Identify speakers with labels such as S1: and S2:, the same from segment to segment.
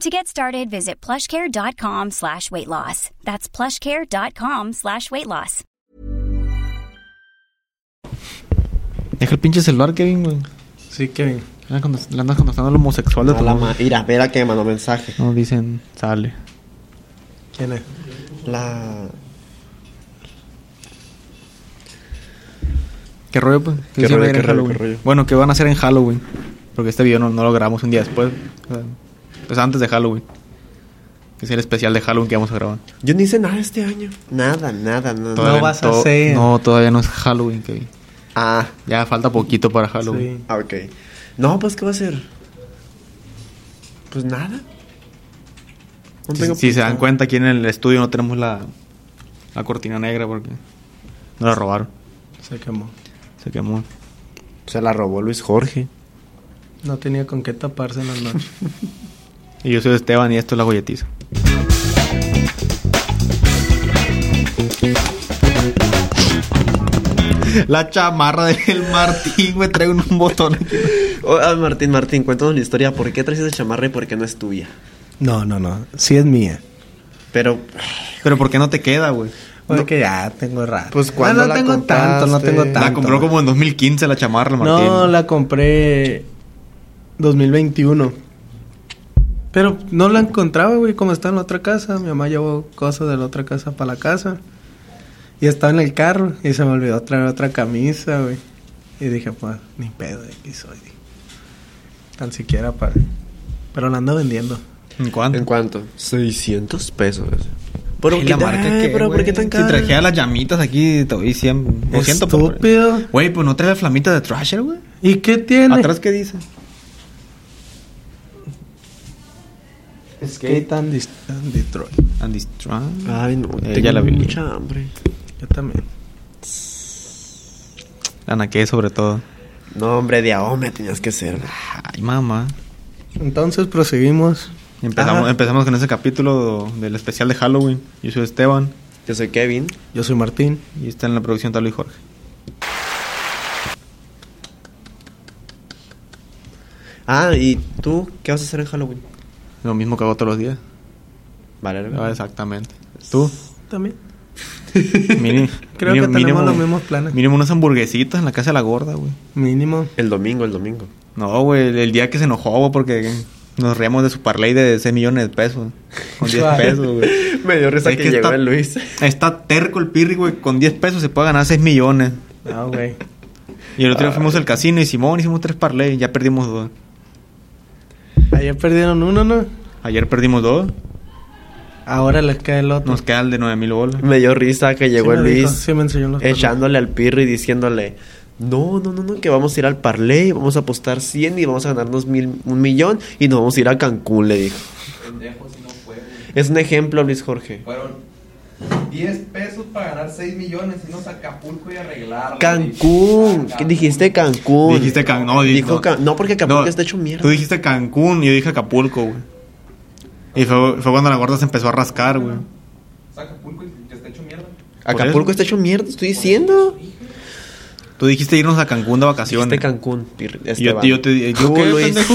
S1: To get started, visit plushcare.com slash weight loss. That's plushcare.com slash weight loss.
S2: Deja el pinche celular, Kevin, güey.
S3: Sí, Kevin.
S2: Le andas contest- le andas contestando al homosexual de
S4: No,
S2: tu
S4: la
S2: lado.
S4: ma- mira, mira que me mandó mensaje.
S2: No, dicen, sale.
S3: ¿Quién es?
S4: La.
S2: ¿Qué rollo, pues? sí va
S4: ¿Qué
S2: a
S4: rollo,
S2: haber
S4: qué
S2: en
S4: rollo,
S2: Halloween?
S4: qué rollo?
S2: Bueno, ¿qué van a hacer en Halloween? Porque este video no, no lo grabamos un día después. O sea, pues antes de Halloween. Que es el especial de Halloween que vamos a grabar.
S4: Yo no hice nada este año. Nada, nada, nada.
S2: Todavía
S3: vas a
S2: to-
S3: hacer.
S2: No, todavía no es Halloween, Kevin.
S4: Ah,
S2: Ya falta poquito para Halloween.
S3: Sí.
S4: ah, ok. No, pues, ¿qué va a hacer? Pues nada. No
S2: Si,
S4: tengo
S2: si se dan
S4: pensado.
S2: cuenta, aquí en el estudio no tenemos la, la cortina negra porque no la robaron.
S3: Se quemó.
S2: Se quemó.
S4: Se la robó Luis Jorge.
S3: No tenía con qué taparse en la noche.
S2: Y yo soy Esteban y esto es la golletiza. La chamarra del Martín, güey, trae un botón aquí.
S4: Oh, ah, Martín, Martín, cuéntanos la historia. ¿Por qué traes esa chamarra y por qué no es tuya?
S3: No, no, no. Sí es mía.
S4: Pero,
S2: Pero ¿por qué no te queda, güey?
S3: Porque ya tengo rato.
S4: Pues,
S3: Ah,
S4: ¿cuándo
S3: no
S4: la
S3: tengo tanto, no
S4: compraste?
S3: tengo
S4: La
S3: tanto.
S2: La compró como en 2015 la chamarra, Martín.
S3: No, la compré 2021. Pero no la encontraba, güey, como estaba en la otra casa. Mi mamá llevó cosas de la otra casa para la casa. Y estaba en el carro y se me olvidó traer otra camisa, güey. Y dije, pues, ni pedo, aquí soy. Tan siquiera para... Pero la ando vendiendo.
S2: ¿En cuánto?
S4: ¿en cuánto? 600 pesos.
S2: Pero,
S4: Ay, la marca qué,
S2: pero ¿por qué
S4: güey?
S2: tan
S4: Si
S2: caro? Si trajera
S4: trajera
S2: las llamitas aquí, te doy 100, 200 por...
S3: Estúpido.
S2: Güey, pues no trae la flamita de Thrasher, güey.
S3: ¿Y qué tiene?
S2: ¿Atrás qué dice?
S3: Es que tan dis- tan Detroit.
S2: And this Thrash-
S4: Ay, no,
S2: Eh,
S4: tengo
S2: ya la vi.
S4: mucha hambre.
S3: Yo también.
S2: Anaqué, sobre todo.
S4: No, hombre, de a hombre tenías que ser.
S2: Ay, mamá.
S3: Entonces proseguimos.
S2: Empezamos,
S4: Ajá.
S2: empezamos con ese capítulo del especial de Halloween. Yo soy Esteban
S4: Yo soy Kevin.
S3: Yo soy Martín.
S2: y está en la producción Talo y Jorge.
S4: Ah, ¿y tú qué vas a hacer en Halloween?
S2: Lo mismo que hago todos los días.
S4: Vale,
S2: Ah, Exactamente. Tú,
S3: También.
S2: mini-
S3: Creo
S2: mini-
S3: que tenemos los mismos planes.
S2: Mínimo unas hamburguesitas en la casa de la gorda, güey.
S3: Mínimo.
S4: El domingo, el domingo.
S2: No, güey, el- el día que se enojó, güey, porque nos reíamos de su parlay de 6 millones de pesos. Con 10 pesos, güey.
S4: Me dio risa
S2: Es
S4: que,
S2: que
S4: llegó
S2: está-
S4: el Luis.
S2: Está terco el pirri, güey. Con 10 pesos se puede ganar 6 millones.
S3: Ah, güey.
S2: Y el otro
S3: Ah,
S2: día fuimos al casino y Simón hicimos tres parlay. Ya perdimos dos.
S3: Ayer perdieron uno, ¿no?
S2: Ayer perdimos dos.
S3: Ahora les cae el otro.
S2: Nos queda el de 9 mil bolas.
S4: Me dio risa que llegó
S3: Sí
S4: el
S3: me dijo,
S4: Luis
S3: sí me enseñó los
S4: echándole al pirri y diciéndole, no, no, no, no, que vamos a ir al parlay, vamos a apostar 100 y vamos a ganarnos mil, un millón y nos vamos a ir a Cancún, le dijo. Es un ejemplo, Luis Jorge.
S5: 10 pesos para ganar 6 millones, irnos a Acapulco y arreglarlo.
S4: Cancún. ¿Qué dijiste Cancún?
S2: Dijiste Can- no, di-
S4: Dijo
S2: no.
S4: Can- No, porque Acapulco
S2: No,
S4: está hecho mierda.
S2: Tú dijiste Cancún y yo dije Acapulco, güey. Y fue, fue cuando la gorda se empezó a rascar, güey.
S5: O sea, Acapulco y que está hecho mierda.
S2: Por eso.
S4: Acapulco está hecho mierda, estoy diciendo.
S2: Tú dijiste irnos a Cancún de vacaciones.
S4: Dijiste Este Cancún, pir-
S2: Este Y yo,
S4: Esteban.
S2: yo te dije, yo
S4: Tú,
S2: qué,
S4: Luis.
S2: pendejo.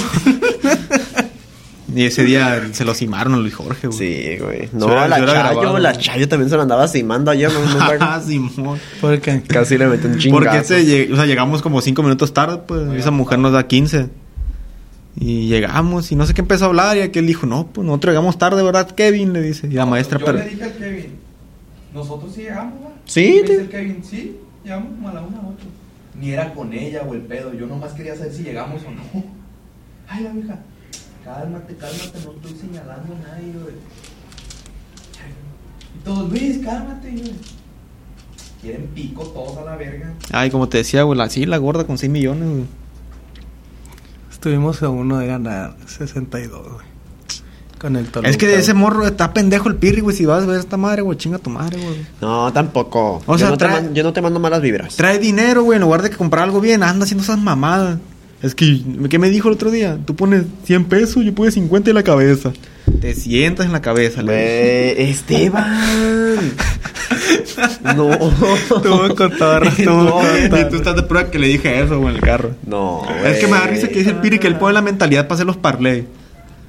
S2: y ese día se lo cimaron a Luis Jorge, güey.
S4: Sí, güey. No,
S2: Se hubiera-
S4: la
S2: se
S4: Chayo,
S2: hubiera grabado.
S4: la Chayo también se la andaba cimando ayer. No, no,
S2: Ah, Simón.
S3: ¿Por qué?
S4: Casi le metió un chingazo.
S2: Porque ese lleg- o sea, llegamos como cinco minutos tarde, pues esa mujer nos da 15. Y llegamos y no sé qué empezó a hablar y aquel dijo, no, pues nosotros llegamos tarde, ¿verdad, Kevin? Le dice. Y la maestra,
S5: Yo
S2: pero...
S5: le dije al Kevin, nosotros sí llegamos, ¿va?
S4: Sí,
S5: Y me
S4: te-
S5: dice el Kevin, sí, llegamos como a la 1 a 8. Ni era con ella o el pedo, yo nomás quería saber si llegamos o no. Ay, la vieja, cálmate, cálmate, no estoy señalando a nadie, güey. Y todos, Luis, cálmate, güey. Quieren pico todos a la verga.
S2: Ay, como te decía, güey, la, sí, la gorda con 6 millones, güey.
S3: Estuvimos a uno de ganar 62, güey. Con el Toluca.
S2: Es que de ese
S3: güey.
S2: morro está pendejo el pirri, güey. Si vas a ver esta madre, güey, chinga tu madre, güey.
S4: No, tampoco.
S2: O
S4: yo,
S2: sea,
S4: no te
S2: trae-
S4: man- yo no te mando malas vibras.
S5: Pues
S2: Trae dinero, güey, en lugar de que comprar algo bien, anda haciendo esas mamadas. Es que, ¿qué me dijo el otro día? Tú pones 100 pesos, yo puse 50 en la cabeza. Te sientas en la cabeza, le dije.
S4: Güey, Esteban. no.
S3: Estuvo con todas, estuvo
S4: No,
S3: con todas.
S2: Y tú estás de prueba que le dije eso, güey, en el carro.
S4: No,
S2: Es que me da
S4: güey.
S2: risa que dice el Piri que él pone la mentalidad para hacer los parlay.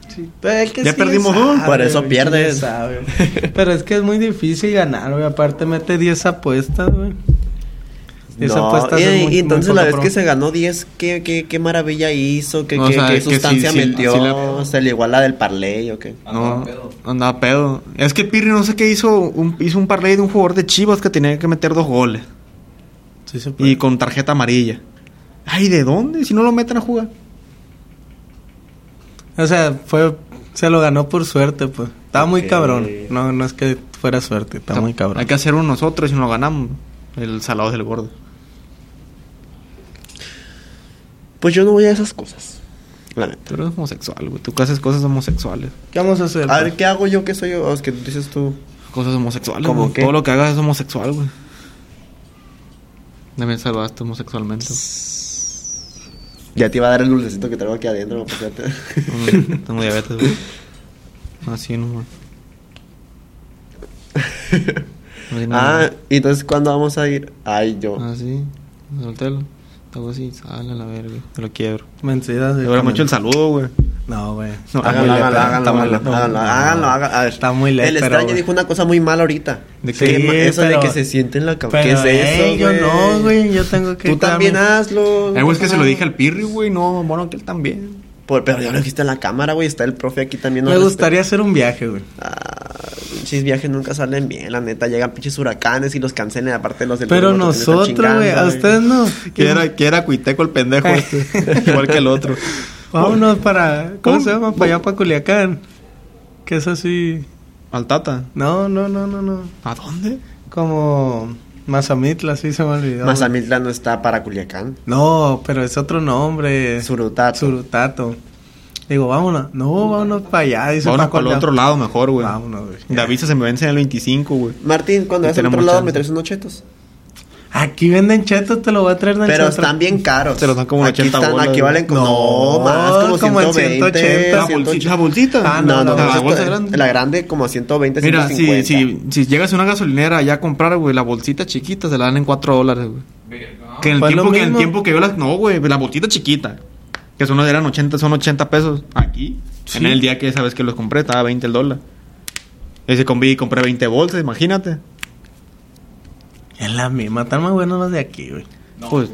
S3: Sí, pero es que
S2: Ya
S3: sí
S2: perdimos
S3: le
S2: un.
S3: sabe,
S4: Por eso
S3: güey,
S4: pierdes.
S3: sí le sabe, güey. Pero es que es muy difícil ganar, güey. Aparte, mete 10 apuestas, güey. Diez
S4: No,
S3: apuestas
S4: y,
S3: es muy-
S4: y entonces
S3: muy
S4: la
S3: poco
S4: vez que
S3: prob-
S4: se ganó 10, ¿qué, qué, qué maravilla hizo? ¿Qué,
S2: No, o
S4: qué,
S2: sea,
S4: qué
S2: es que sí,
S4: sustancia
S2: sí,
S4: metió?
S2: sí la-
S4: ¿Se le igual la del parley o qué?
S2: No, andaba pedo. Es que el Pirri no sé qué hizo, un, hizo un parlay de un jugador de Chivas que tenía que meter dos goles.
S3: Sí se puede.
S2: Y con tarjeta amarilla. Ay, ¿de dónde? Si no lo meten a jugar.
S3: O sea, fue... Se lo ganó por suerte, pues. Estaba muy
S4: Ok.
S3: cabrón. No, no es que fuera suerte. Estaba muy cabrón.
S2: Hay que hacer uno nosotros y no lo ganamos. El salado del gordo.
S4: Pues yo no voy a esas cosas. La neta.
S2: Tú eres homosexual, güey. Tú que haces cosas homosexuales.
S3: ¿Qué vamos a hacer?
S4: A ver, ¿qué hago yo? ¿Qué soy yo? Ah, Es que dices tú.
S2: Cosas homosexuales.
S4: ¿Cómo
S2: güey.
S4: qué?
S2: Todo lo que hagas es homosexual, güey. También salvaste homosexualmente.
S4: Ya te iba a dar el dulcecito que traigo aquí adentro. pues ya te-
S2: güey. No, no, Tengo diabetes, güey. Ah, Así nomás. Así
S4: ah,
S2: nomás.
S4: y entonces ¿cuándo vamos a ir? Ay, yo.
S3: Ah,
S2: Así. Soltalo. Hago así. Sale a la verga. Te lo quiebro.
S3: Mentiras.
S2: Te
S3: güey,
S2: hubiera
S3: con
S2: mucho el saludo, güey.
S3: No, güey.
S2: No,
S3: Está
S4: háganlo,
S3: muy
S4: háganlo,
S3: lepero,
S4: háganlo,
S3: está muy
S4: háganlo,
S3: lepero.
S4: háganlo, háganlo, háganlo. A ver,
S3: Está muy
S4: El
S3: lepero,
S4: extraño
S3: güey.
S4: dijo una cosa muy mala ahorita.
S2: ¿De
S3: qué?
S4: Que ma-
S3: Sí,
S4: eso de
S3: pero-
S4: que se siente en la cama. ¿Qué
S3: Pero,
S4: es eso?
S3: eh, yo no, güey. Yo tengo que...
S4: Tú también ah,
S3: cuidarme.
S4: hazlo.
S2: Eh, güey, es que se lo dije al Pirri, güey. No, bueno, que él también.
S4: Por- pero ya lo dijiste en la cámara, güey. Está el profe aquí también. no
S3: Me
S4: respeta.
S3: gustaría hacer un viaje, güey.
S4: Ah, pinches viajes nunca salen bien, la neta. Llegan pinches huracanes y los cancelan, aparte los del
S3: Pero
S4: gobierno también están
S3: nosotros, güey,
S4: chingando,
S3: a ustedes no.
S2: Que era, que era cuiteco el pendejo este. Igual que el otro.
S3: Vámonos para. ¿Cómo
S2: ¿Cómo?
S3: se llama? Para allá, para Culiacán. Que es así.
S2: Al Tata.
S3: No, no, no, no, no.
S2: ¿A dónde?
S3: Como. Mazamitla, sí se me olvidó.
S4: Mazamitla no está para Culiacán.
S3: No, pero es otro nombre.
S4: Surutato.
S3: Surutato. Digo, vámonos. No, vámonos para allá. Dice
S2: Vámonos
S3: pa'
S2: para el
S3: Culiacán.
S2: otro lado mejor, güey.
S3: Vámonos, güey.
S2: David se me vence en el 25, güey.
S4: Martín,
S2: Y
S4: cuando vas al otro
S2: tenemos
S4: lado
S2: chance.
S4: me traes unos chetos.
S3: Aquí venden chetos, te lo voy a traer del
S4: Pero
S3: centro.
S4: están bien caros.
S2: Te los dan como en
S4: aquí
S2: 80
S4: están,
S2: bolas,
S4: Aquí
S2: güey.
S4: valen como.
S3: No,
S4: No, más, como,
S3: como en
S4: 120,
S3: 180.
S2: La
S4: 180.
S2: bolsita. La bolsita.
S3: Ah,
S4: No, no,
S2: la,
S4: no,
S2: bolsa
S4: esto-
S2: grande.
S4: La grande como a 120,
S2: Mira, si,
S4: 150.
S2: si, si llegas a una gasolinera allá a comprar, güey, la bolsita chiquita se la dan en 4 dólares, güey. Que en el,
S3: Pues lo
S2: tiempo que, en el
S3: mismo.
S2: tiempo que yo las. No, güey, la bolsita chiquita. Que son, eran 80, son 80 pesos. Aquí. En el día que sabes que los compré, estaba 20 el dólar. Ese combi compré 20 bolsas, imagínate.
S3: Es la misma, están más buenos los de aquí, güey.
S2: Pues,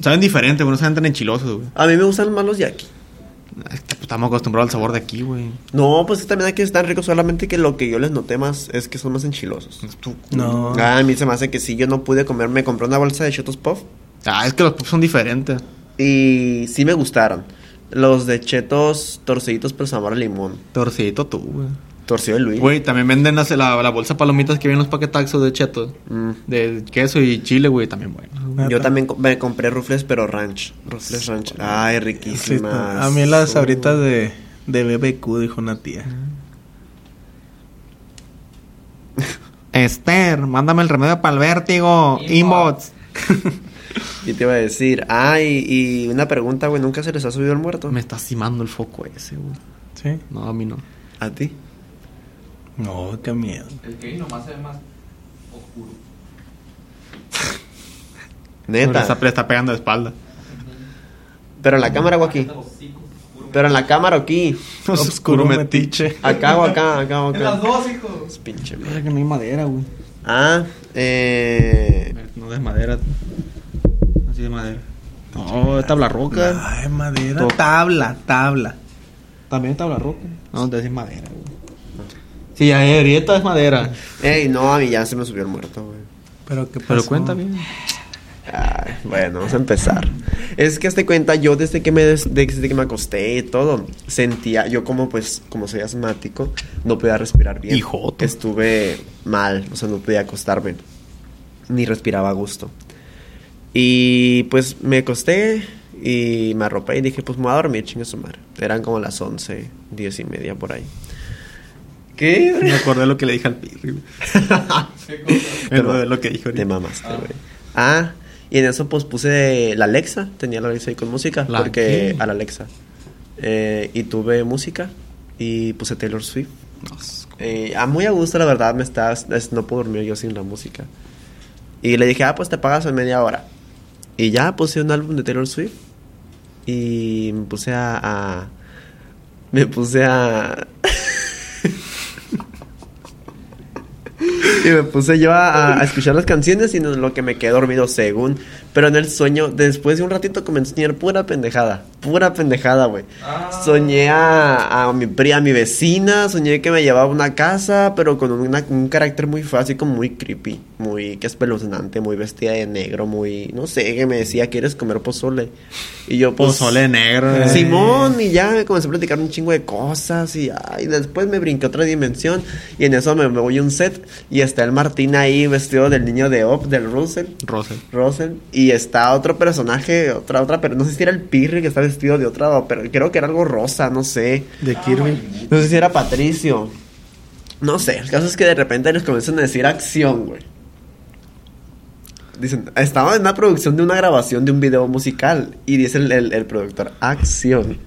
S2: saben diferente, güey, no saben tan enchilosos, güey.
S4: A mí me gustan más los de aquí.
S2: Es que, pues, Estamos acostumbrados al sabor de aquí, güey.
S4: No, pues también aquí están ricos, solamente que lo que yo les noté más es que son más enchilosos.
S2: Es tu-
S3: No.
S4: Ah, a mí se me hace que sí, yo no pude comer, me compré una bolsa de Chetos Puff
S2: Ah, es que los puffs son diferentes.
S4: y sí me gustaron. Los de Chetos torceditos pero sabor a limón.
S2: Torcidito tú, güey.
S4: Torcido de Luis.
S2: Güey, también venden las- la, la bolsa de palomitas que vienen los paquetaxos de chetos.
S4: Mm.
S2: De queso y chile, güey, también bueno.
S4: Yo también co- me compré rufles pero ranch. Rufles ranch. Ay,
S3: Sí,
S4: riquísimas.
S3: está. a mí las
S4: Uh.
S3: ahoritas de,
S2: Ah.
S3: de BBQ, dijo una tía.
S2: Esther, mándame el remedio para el vértigo. Inbox.
S4: Y te iba a decir, ah, y, y una pregunta, güey, ¿nunca se les ha subido el muerto?
S2: Me está cimando el foco ese, güey.
S3: Sí.
S2: No, a mí no.
S4: ¿A ti?
S3: No, qué miedo.
S5: El que nomás se ve más oscuro.
S2: Le está,
S4: Neta.
S2: le está pegando de espalda.
S4: Pero en la cámara o aquí. Pero en la cámara o aquí.
S2: Oscuro metiche.
S4: Acá o acá, acá o
S5: En las
S4: acá.
S5: dos, hijo.
S4: Es pinche madre.
S2: que no hay madera, güey.
S4: Ah, eh.
S2: No de madera. Así de madera. No, tabla roca.
S3: Ay, madera.
S2: Todo.
S3: Tabla, tabla.
S2: También tabla roca. No, te es madera, güey. Sí, ya hay grieta es madera.
S4: Ey, no, a mí ya se me subió el muerto, güey.
S3: Pero qué pasó.
S2: Pero cuenta bien.
S4: Ay, bueno, vamos a empezar. Es que hazte cuenta, yo desde que me des- desde que me acosté y todo, sentía, yo como pues, como soy asmático, no podía respirar bien.
S2: Hijote.
S4: Estuve mal, o sea, no podía acostarme. Ni respiraba a gusto. Y pues me acosté y me arropé y dije, pues me voy a dormir, chingue su madre. Eran como las 11, 10 y media por ahí.
S2: Me
S4: ¿Qué?
S2: acordé lo que le dije al pirri. güey. Me acordé lo que dijo
S4: Te
S2: ahorita.
S4: mamaste, güey. Ah. y en eso pues puse la Alexa. Tenía la Alexa ahí con música.
S2: ¿La
S4: porque
S2: qué?
S4: a la Alexa. Eh, y tuve música y puse Taylor Swift. Eh, ah, muy a gusto, la verdad, me está, es- no puedo dormir yo sin la música. Y le dije, ah, pues te pagas en media hora. Y ya puse un álbum de Taylor Swift. Y me puse a. a- me puse a. y me puse yo a, a- a escuchar las canciones y no- lo que me quedé dormido según. Pero en el sueño, después de un ratito comencé a soñar pura pendejada. Pura pendejada, güey.
S5: Ah.
S4: Soñé a, a mi pri, a mi vecina, soñé que me llevaba a una casa, pero con una- un carácter muy fácil, como muy creepy, muy que espeluznante, muy vestida de negro, muy, no sé, que me decía, ¿quieres comer pozole? Y yo, pues,
S2: Pozole negro. eh. güey.
S4: Simón, y ya me comencé a platicar un chingo de cosas y, ay, después me brinqué a otra dimensión y en eso me, me voy a un set y está el Martín ahí vestido del niño de Op, del Russell.
S2: Rosel.
S4: Russell y está otro personaje, otra, otra, pero no sé si era el Pirri que está vestido de otra, pero creo que era algo rosa, no sé.
S3: De Kirby.
S4: No sé si era Patricio. No sé, el caso es que de repente les comienzan a decir acción, güey. Dicen, estaba en una producción de una grabación de un video musical y dice el, el- el productor, acción.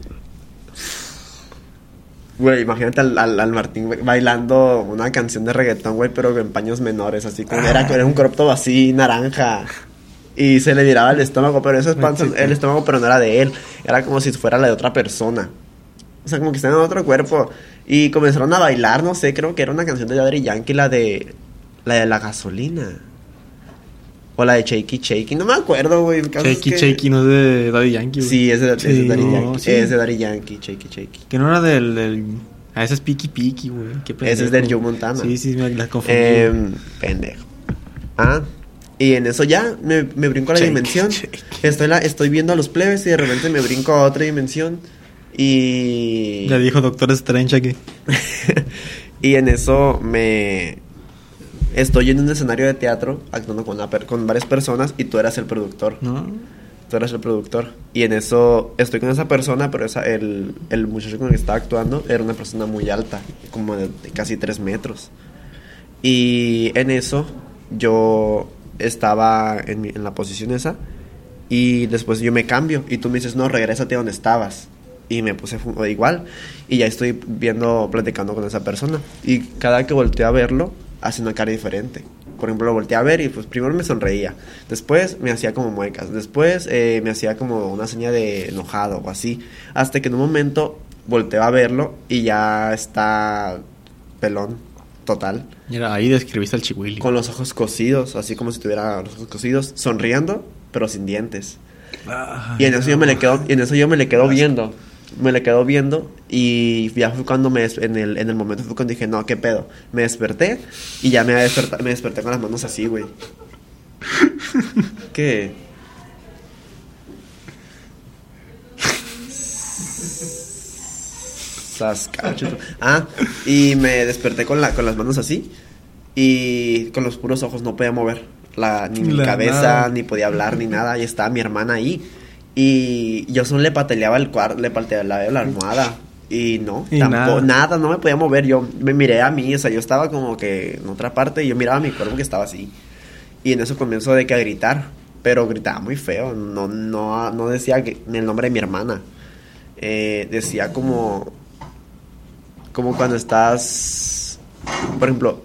S4: Güey, imagínate al, al- al Martín güey, bailando una canción de reggaetón, güey, pero en paños menores, así como era, era un crop top así, naranja. Y se le miraba el estómago, pero eso es panza- el estómago, pero no era de él. Era como si fuera la de otra persona. O sea, como que están en otro cuerpo. Y comenzaron a bailar, no sé, creo que era una canción de Daddy Yankee, la de. La de la gasolina. O la de Shaky Shaky, no me acuerdo, güey. el caso es
S2: Shaky
S4: que-
S2: Shaky, no es de Daddy Yankee, güey.
S4: Sí, ese es de
S3: Sí,
S4: Daddy
S2: no,
S4: Yankee.
S2: sí.
S4: Ese es de Daddy Yankee, Shaky Shaky.
S2: Que no era del. del... Ah, ese es Piki Piki, güey. Qué
S4: Ese es
S2: pendejo.
S4: del Joe Montana.
S2: Sí, sí, me la confundí.
S4: Eh, pendejo. Ah. Y en eso ya me, me brinco a la
S2: Shake,
S4: dimensión.
S2: shake.
S4: Estoy, la, estoy viendo a los plebes y de repente me brinco a otra dimensión. Y.
S2: Ya dijo Doctor Strange aquí.
S4: y en eso me estoy en un escenario de teatro actuando con, una per- con varias personas y tú eras el productor.
S2: No.
S4: Tú eras el productor. Y en eso estoy con esa persona, pero esa, el, el muchacho con el que estaba actuando era una persona muy alta, como de, de casi 3 metros. Y en eso yo estaba en, mi- en la posición esa y después yo me cambio y tú me dices, no, regrésate donde estabas. Y me puse fu- igual y ya estoy viendo, platicando con esa persona. Y cada que volteo a verlo, hace una cara diferente. Por ejemplo, lo volteé a ver y pues primero me sonreía, después me hacía como muecas, después eh, me hacía como una seña de enojado o así. Hasta que en un momento volteo a verlo y ya está pelón total
S2: Mira, ahí describiste al Chihuili.
S4: con los ojos cosidos, así como si tuviera los ojos cosidos, sonriendo, pero sin dientes. y en eso yo me le quedo, y en eso yo me le quedo viendo, me le quedo viendo y ya fue cuando me des- en el en el momento fue cuando dije, "No, qué pedo." Me desperté y ya me desperta- me desperté con las manos así, güey. ¿Qué? Sascacho. Ah, y me desperté con la con las manos así y con los puros ojos no podía mover la, ni mi
S3: La
S4: cabeza,
S3: nada.
S4: ni podía hablar, ni nada. Y estaba mi hermana ahí. Y yo solo le pataleaba el cuarto, le pataleaba la almohada. Y no,
S3: Y
S4: tampoco,
S3: nada.
S4: nada. no me podía mover. Yo me miré a mí, o sea, yo estaba como que en otra parte y yo miraba a mi cuerpo que estaba así. Y en eso comenzó de que a gritar, pero gritaba muy feo. No, no, no decía que- ni el nombre de mi hermana. Eh, decía como, como cuando estás, por ejemplo,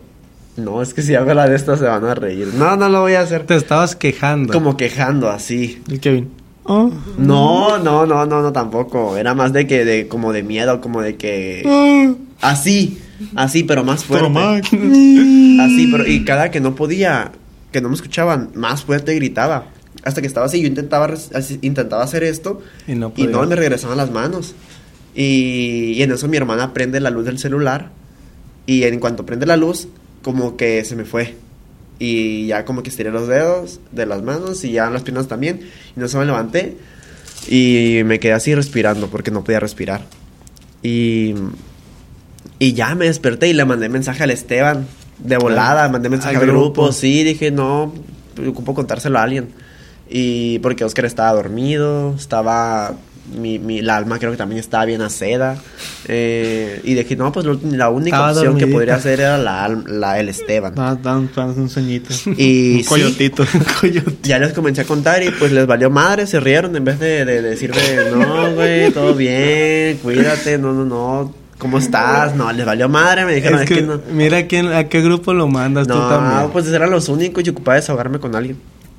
S4: no, es que si hago la de esta se van a reír. No, no lo voy a hacer.
S3: Te estabas quejando.
S4: Como quejando así.
S3: El Kevin. Oh.
S4: No, no, no, no, no tampoco. Era más de que, de, como de miedo, como de que. Así, así, pero más fuerte. Así, pero. Y cada que no podía, que no me escuchaban, más fuerte gritaba. Hasta que estaba así, yo intentaba, res- así- intentaba hacer esto.
S3: Y no
S4: y
S3: podía.
S4: no me regresaban las manos. Y, y en eso mi hermana prende la luz del celular. Y en cuanto prende la luz, como que se me fue. Y ya como que estiré los dedos de las manos y ya las piernas también. Y no se me levanté. Y me quedé así respirando porque no podía respirar. Y, y ya me desperté y le mandé mensaje al Esteban de volada. Mandé mensaje
S3: al
S4: al grupo.
S3: grupo.
S4: Sí, dije, no, ocupo contárselo a alguien. Y porque Oscar estaba dormido, estaba... Mi, mi- la alma creo que también estaba bien a seda. eh, y dije, no, pues lo- la única
S3: Estaba
S4: opción que
S3: dormidita. Ah.
S4: podría hacer era la, al- la- el Esteban.
S2: Dan un ceñito.
S4: Y
S2: un
S4: sí.
S2: coyotito. coyote.
S4: Ya les comencé a contar y pues les valió madre, se rieron en vez de, de decir de, no, güey, todo bien, cuídate, no, no, no, ¿cómo estás? No, les valió madre, me dijeron,
S3: Es que,
S4: no.
S3: mira a quién, a qué grupo lo mandas tú
S4: No,
S3: también.
S4: pues eran los únicos y ocupaba desahogarme con alguien.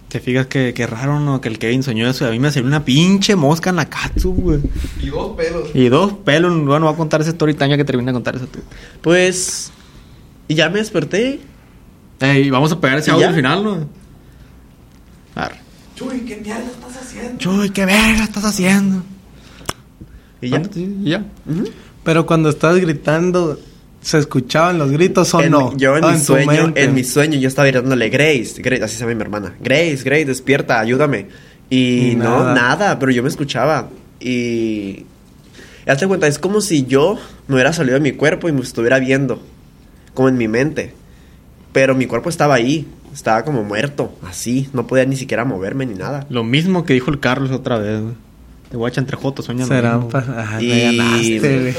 S2: Te fijas que, que raro, ¿no? Que el Kevin soñó eso. A mí me salió una pinche mosca en la katsu, güey.
S5: Y dos pelos.
S2: Y dos pelos. Bueno, voy a contar ese story time ya que termina de contar ese tú.
S4: Pues, y ya me desperté.
S2: Ey, vamos a pegar ese
S4: ¿Y
S2: audio
S4: ya?
S2: al final, ¿no? Arre.
S5: Chuy, ¿qué mierda estás haciendo?
S2: Chuy, qué verga estás haciendo.
S4: Y
S3: Ah,
S4: ya.
S2: Sí, y ya.
S4: Ujú.
S3: Pero cuando estabas gritando, ¿se escuchaban los gritos o
S4: En-
S3: Oh, no?
S4: Yo en
S3: O
S4: mi
S3: tu
S4: sueño,
S3: mente.
S4: en mi sueño, yo estaba gritándole, Grace, Grace, así se llama mi hermana, Grace, Grace, despierta, ayúdame. Y
S3: Y
S4: no,
S3: nada.
S4: nada, pero yo me escuchaba. Y. y Hazte cuenta, es como si yo me hubiera salido de mi cuerpo y me estuviera viendo, como en mi mente. Pero mi cuerpo estaba ahí, estaba como muerto, así, no podía ni siquiera moverme ni nada.
S2: Lo mismo que dijo el Carlos otra vez, güey. Te voy a echar entre jotos, sueña lo
S3: Será
S2: mismo,
S3: pa-
S2: güey.
S3: Ah,
S4: Y-
S3: me ganaste, güey.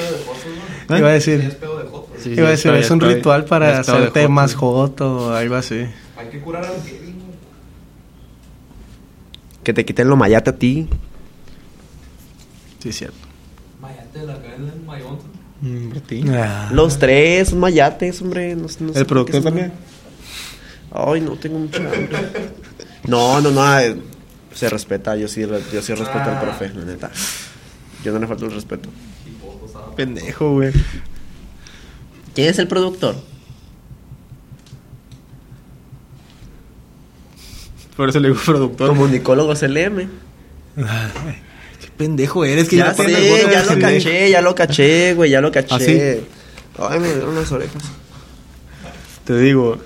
S2: ¿Eh?
S3: Iba a decir,
S5: pedo de jotos.
S2: Sí, sí,
S3: iba a decir,
S2: estoy-
S3: es un
S2: estoy-
S3: ritual para
S2: estoy de
S3: hacerte
S2: joto.
S3: más joto o algo así.
S5: Hay que curar al Kevin, güey.
S4: Que te quiten lo mayate a ti.
S3: Sí, cierto.
S5: Mayate de la cabeza del mayonzo.
S2: Mm, Martín.
S3: Ah.
S4: Los tres, un mayate, hombre. No, sé- no sé
S2: ¿El
S4: por qué
S2: productor
S4: son-
S2: también?
S4: Ay, no tengo mucha hambre. No, no, no. eh, Se respeta, yo sí, re- yo sí respeto al profe, la neta. Yo no le falto el respeto.
S2: Pendejo, güey.
S4: ¿Quién es el productor?
S2: Por eso le digo productor.
S4: Comunicólogo CLM.
S2: Qué pendejo eres, que
S4: Ya,
S2: ya, te tengo
S4: sé,
S2: el
S4: ya
S2: bote
S4: lo
S2: de-
S4: caché, ya lo caché, güey, ya lo caché.
S2: ¿Ah, sí?
S4: Ay, me dieron las orejas.
S2: Te digo.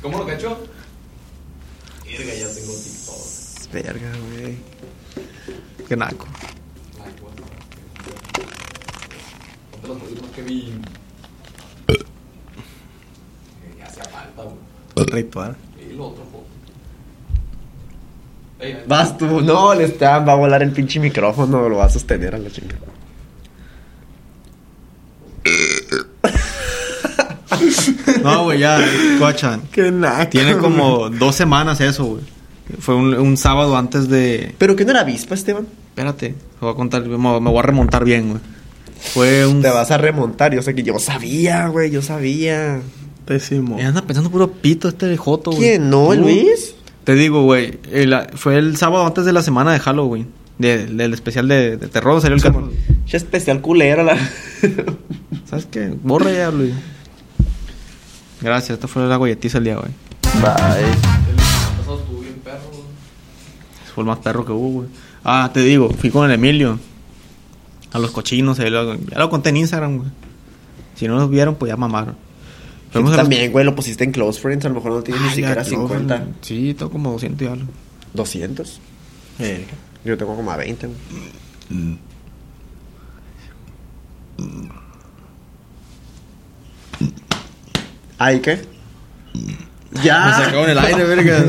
S5: ¿Cómo lo cachó? Verga, ya tengo TikTok.
S4: Verga, güey.
S2: Qué naco.
S5: Ponte los audífonos, Kevin. Eh, Ya hacía falta, güey.
S3: Ritual.
S5: Y lo otro joto. Ey, ahí está.
S4: Vas tú, no, le está, va a volar el pinche micrófono, lo va a sostener a la chingada.
S2: No, güey, ya. Coachan.
S4: Qué naco.
S2: Tiene como dos semanas eso, güey. Fue un, un sábado antes de.
S4: ¿Pero qué no era avispa, Esteban?
S2: Espérate, te voy a contar, me, me voy a remontar bien, güey. Fue un.
S4: Te vas a remontar, yo sé que yo sabía, güey, yo sabía.
S3: Pésimo.
S2: Eh, Anda pensando puro pito este Joto, güey.
S4: ¿Quién no,
S2: Tú.
S4: Luis?
S2: Te digo, güey, el- fue el sábado antes de la semana de Halloween. de- del especial de, de terror salió el Carlos.
S4: Ya especial culero la.
S2: ¿Sabes qué? Borra ya, Luis. Gracias, esta fue la golletiza el día, güey.
S5: pasado estuvo bien perro, güey.
S2: Fue el más perro que hubo, güey. Ah, te digo, fui con el Emilio. A los cochinos, ahí lo- ya lo conté en Instagram, güey. Si no los vieron, pues ya mamaron. Fuimos a los-
S4: También, güey, lo pusiste en Close Friends, a lo mejor no tienes ni
S2: Ay,
S4: siquiera
S2: la closet,
S4: 50.
S2: güey. Sí, tengo como 200 y algo.
S4: 200. Yo tengo como a 20, güey. ¿Ay qué?
S2: Me
S4: Ya.
S2: sacaron el aire, verga.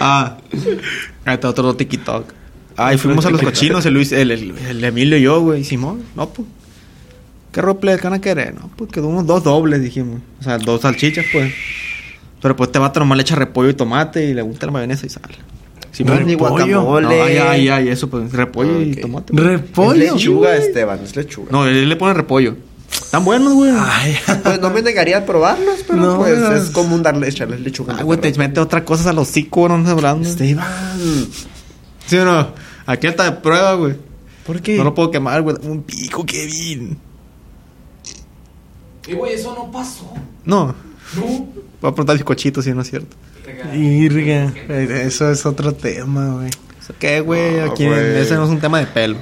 S2: Ah, ahí está otro TikTok. Ah, y fuimos a los cochinos, el Luis, el, el- el Emilio y yo, güey. Simón, no, pues. ¿Qué roleplay van a querer? No, pues quedó unos dos dobles, dijimos. O sea, dos salchichas, pues. Pero pues te va a tomar leche repollo y tomate y le gusta la mayonesa y sal. Si
S4: No es ni guacamole.
S2: No, ay, ay, ay, eso, pues repollo
S4: Ok.
S2: y tomate.
S4: Es
S3: Repollo.
S4: lechuga, Esteban, es lechuga.
S2: No, él le pone repollo. Están buenos, güey.
S3: Ay,
S4: Pues no me negaría a probarlos, pero
S3: No,
S4: pues
S3: no.
S4: es común darle, echarles lechuga.
S2: Ay, güey, te mete otra cosa a los hocico, no estás hablando.
S4: Esteban.
S2: Este, ¿Sí o no? Aquí está de prueba, güey.
S3: ¿Por qué?
S2: No lo puedo quemar, güey. Dame Un pico, Kevin.
S5: Y güey, eso no pasó.
S2: No.
S5: No.
S2: Voy a preguntar bizcochito si no es cierto.
S3: Irga. eh, Eso es otro tema, güey.
S2: ¿Eso ¿Qué, güey?
S4: Ah,
S2: Aquí
S4: güey.
S2: ese no es un tema de pelos.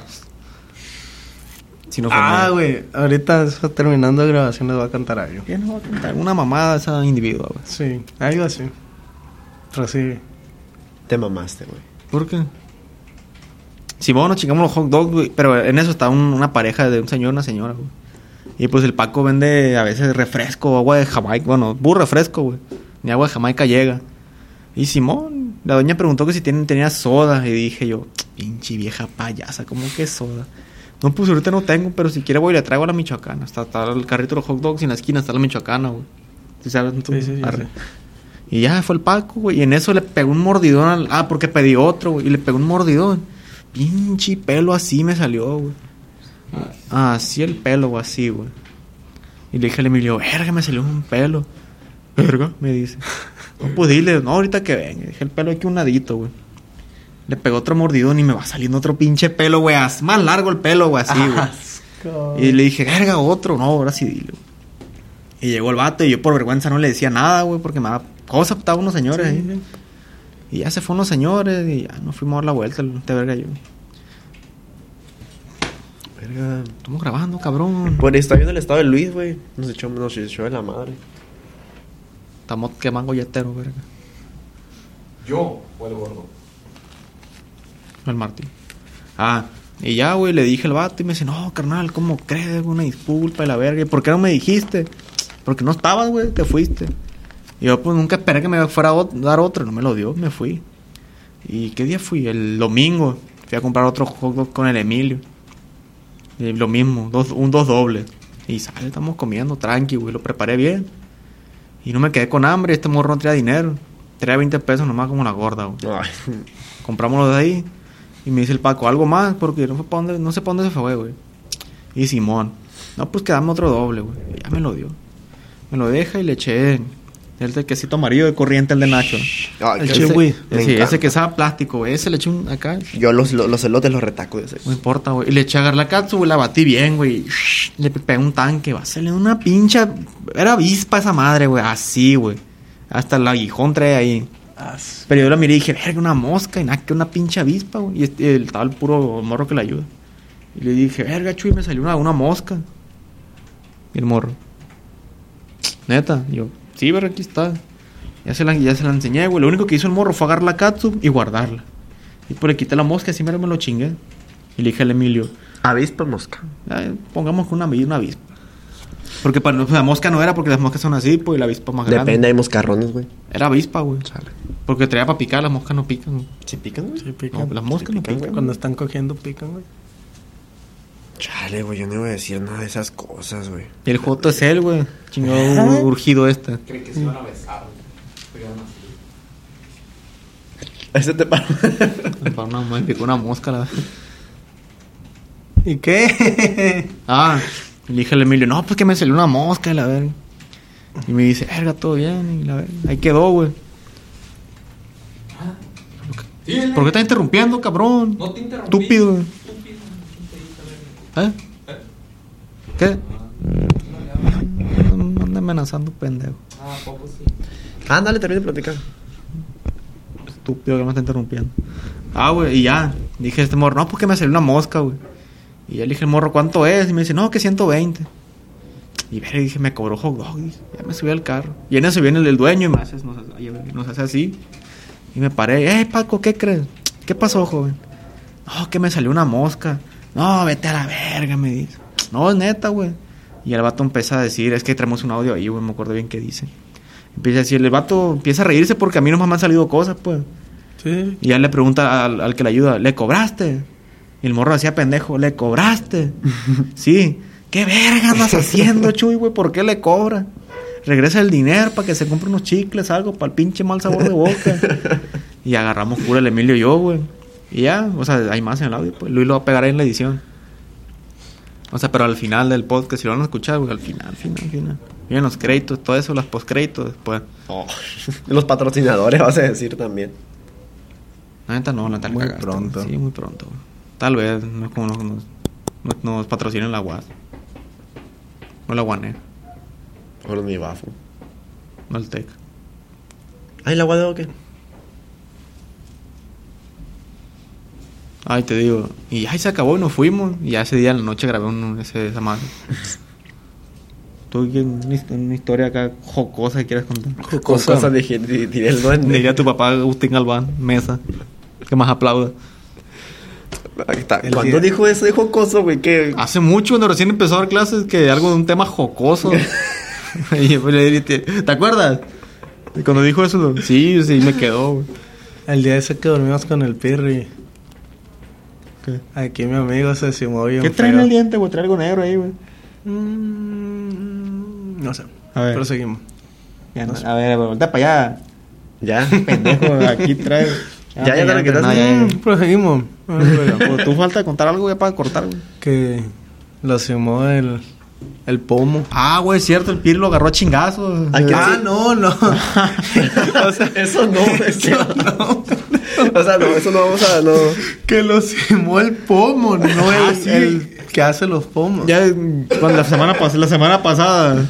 S2: Si no fue
S3: Ah,
S2: nada.
S3: güey. Ahorita eso, terminando de grabación les voy a cantar algo.
S2: ¿Qué nos va a contar? Una mamada esa individua, güey.
S3: Sí, algo así. Recibe.
S4: Te mamaste, güey.
S2: ¿Por qué? Si vos nos chingamos los hot dogs, güey. Pero en eso está un- una pareja de un señor y una señora, güey. Y pues el Paco vende a veces refresco, agua de Jamaica. Bueno, burro refresco, güey. Ni agua de Jamaica llega. Y Simón, la doña preguntó que si tienen, tenía soda. Y dije yo, pinche vieja payasa, ¿cómo que soda? No, pues ahorita no tengo, pero si quiere voy y le traigo a la Michoacana. Está, está el carrito de los hot dogs y en la esquina está la Michoacana, güey. ¿Sí sabes? tú?
S3: Sí, sí, sí,
S2: Arre.
S3: sí.
S2: Y ya fue el Paco, güey. Y en eso le pegó un mordidón al. Ah, porque pedí otro, güey. Y le pegó un mordidón. Pinche pelo así me salió, güey. Así el pelo, güey, así, güey. Y le dije al Emilio, verga, me salió un pelo. Verga, me dice. No, pues dile, no, ahorita que venga. Dije el pelo aquí un ladito, güey. Le pegó otro mordidón y me va saliendo otro pinche pelo, güey. as- Más largo el pelo, güey, así, güey. Y le dije, verga, otro. No, ahora sí dile, güey. Y llegó el vato y yo por vergüenza no le decía nada, güey, porque me daba cosa, estaban unos señores ahí. Y ya se fueron los señores y ya nos fuimos a dar la vuelta, te verga yo.
S4: Verga.
S2: Estamos grabando, cabrón.
S4: Por ahí está viendo el estado de Luis, güey. Nos echó, nos echó de la madre.
S2: Estamos quemando golletero, verga.
S5: Yo o el gordo.
S2: El Martín. Ah, y ya, güey, le dije al vato y me dice, no, carnal, ¿cómo crees? Una disculpa y la verga. ¿Y por qué no me dijiste? Porque no estabas, güey, te fuiste. Y yo, pues nunca esperé que me fuera a ot- dar otro, no me lo dio, me fui. ¿Y qué día fui? El domingo. Fui a comprar otro juego con el Emilio. Y lo mismo, dos, un dos doble. Y sale, estamos comiendo tranqui, güey, lo preparé bien. Y no me quedé con hambre, este morro no traía dinero. Traía 20 pesos nomás como la gorda, güey
S4: Ay,
S2: compramos los de ahí. Y me dice el Paco, algo más, porque no, fue pa' dónde- no sé para dónde se fue, güey. Y Simón, no, pues quedamos otro doble, güey. Y Ya me lo dio. Me lo deja y le eché el de quesito amarillo de corriente, el de Nacho.
S4: Ay,
S2: el
S4: qué-
S2: chihui.
S4: me
S2: Sí,
S4: encanta.
S2: ese que sabe plástico, güey. Ese le eché un acá.
S4: Yo los, los, los elotes los retaco de ese.
S2: No importa, güey. Y le eché a agarrar la cápsula, güey. La batí bien, güey. Le pe- pegué un tanque, va. Salió una pincha. Era avispa esa madre, güey. Así, güey. Hasta el aguijón trae ahí. Pero yo la miré y dije, verga, una mosca y nada, que una pinche avispa, güey. Y este- el, estaba el puro morro que la ayuda. Y le dije, verga, chuy, me salió una, una mosca. Y el morro, neta, Y yo, sí, verga, aquí está. Ya se, la, ya se la enseñé, güey. Lo único que hizo el morro fue agarrar la katsu y guardarla. Y pues le quité la mosca, así mero me lo chingué. Y le dije al Emilio,
S4: Avispa mosca.
S2: "Ay, pongamos con una, una avispa. Porque para la mosca no era, porque las moscas son así, pues y la avispa más grande.
S4: Depende, hay moscarrones, güey.
S2: Era avispa, güey.
S4: Chale.
S2: Porque traía para picar, las moscas no pican. güey.
S4: ¿Sí pican, güey?
S3: Sí,
S2: No,
S3: pican.
S2: las moscas no
S4: pican,
S2: pican.
S3: Cuando están cogiendo, pican, güey.
S4: Chale, güey, yo no iba a decir nada de esas cosas, güey.
S2: El Joto es él, güey.
S4: ¿Eh?
S2: Chingado urgido este. esta.
S5: Creí que se iban a besar. güey. Pero iban así.
S4: Este te paró.
S2: Para una, me picó una mosca. La...
S3: ¿Y qué?
S2: Ah, y le dije al Emilio, no, pues que me salió una mosca, la verga. Y me dice, verga, todo bien, y la verga. Ahí quedó, güey.
S5: Síguele.
S2: ¿Por qué estás interrumpiendo, cabrón?
S5: No te interrumpí.
S2: Estúpido. güey.
S5: Estúpido.
S2: ¿Eh? ¿Qué? No anda amenazando, pendejo. Ah,
S5: Ah, ¿a poco sí.
S4: Ándale, también de platicar.
S2: estúpido que me está interrumpiendo. Ah, güey, y ya. Dije a este morro, no, porque me salió una mosca, güey. Y ya le dije al morro, ¿cuánto es? Y me dice, no, que 120. Y verga, dije, me cobró hot dog. dije, ya me subí al carro. Y en eso viene el, el dueño y me hace- nos, hace, ay, güey, nos hace así. Y me paré, eh, Paco, ¿qué crees? ¿Qué pasó, joven? No, que me salió una mosca. No, vete a la verga, me dice. No, es neta, güey. Y el vato empieza a decir, es que traemos un audio ahí, güey, me acuerdo bien qué dice. Empieza a decir, el vato empieza a reírse porque a mí nomás me han salido cosas, pues.
S3: Sí.
S2: Y ya le pregunta al, al que le ayuda, ¿le cobraste? Y el morro hacía pendejo, ¿le cobraste? sí. ¿Qué verga andas haciendo, Chuy, güey? ¿Por qué le cobra? Regresa el dinero para que se compre unos chicles, algo, para el pinche mal sabor de boca. y agarramos cura el Emilio y yo, güey. Y ya, o sea, hay más en el audio, pues. Luis lo va a pegar ahí en la edición. O sea, pero al final del podcast, si lo van a escuchar, güey, al final, final, final. Vienen los créditos, todo eso, las postcréditos pues. después.
S4: Oh, Los patrocinadores, vas a decir también.
S2: La neta no, la neta la
S3: Muy
S2: cagaste,
S3: pronto.
S2: güey. Sí, muy pronto. güey. Tal vez, no como nos, nos, nos- nos patrocinen la UAS. O la UANE,
S4: Por mi bafo. Ah,
S2: no el TEC.
S4: Ay, la guada o qué?
S2: Ay, te digo. Y ay, se acabó y nos fuimos. Y ya ese día en la noche grabé un, ese, esa madre. Tú, ¿qué- una, hist- una historia acá jocosa que quieras contar.
S4: Cosa. Cosa dije, di- diré el duende.
S2: Le Diría a tu papá Agustín Galván, mesa. Que más aplauda.
S4: Ahí está.
S3: El
S4: ¿Cuándo
S3: día-
S4: dijo eso de jocoso, güey? Que
S2: Hace mucho, cuando recién empezó a dar clases, que algo de un tema jocoso. y yo le dije, ¿te ¿te acuerdas? Y cuando dijo eso, lo- sí, sí, me quedó. güey.
S3: El día ese que dormimos con el Pirri.
S2: ¿Qué?
S3: Aquí mi amigo se simó bien.
S2: ¿Qué trae en
S3: feo.
S2: el diente, güey? Trae algo negro ahí, güey.
S3: Mm, no sé.
S2: A ver.
S3: Proseguimos.
S2: Ya no- a ver, güey, voltea para allá.
S4: ya.
S2: Pendejo, aquí trae.
S4: Ya, ya te la
S2: pero no,
S4: quitaste.
S2: ya, ya.
S3: Mm, proseguimos. Ah, güey.
S2: Pues tú falta contar algo ya para cortar, güey.
S3: que lo simó el, el pomo.
S2: Ah, güey, es cierto, el Pir lo agarró a chingazos.
S4: Ay, ¿qué
S3: Ah,
S4: hace?
S3: no, no.
S4: O sea, eso no, eso no. O sea, no, eso no vamos a. No.
S3: que lo simó el pomo, no
S2: Ah,
S3: el,
S2: sí.
S3: el que hace los pomos.
S2: Ya mm, cuando la semana, pas- la semana pasada,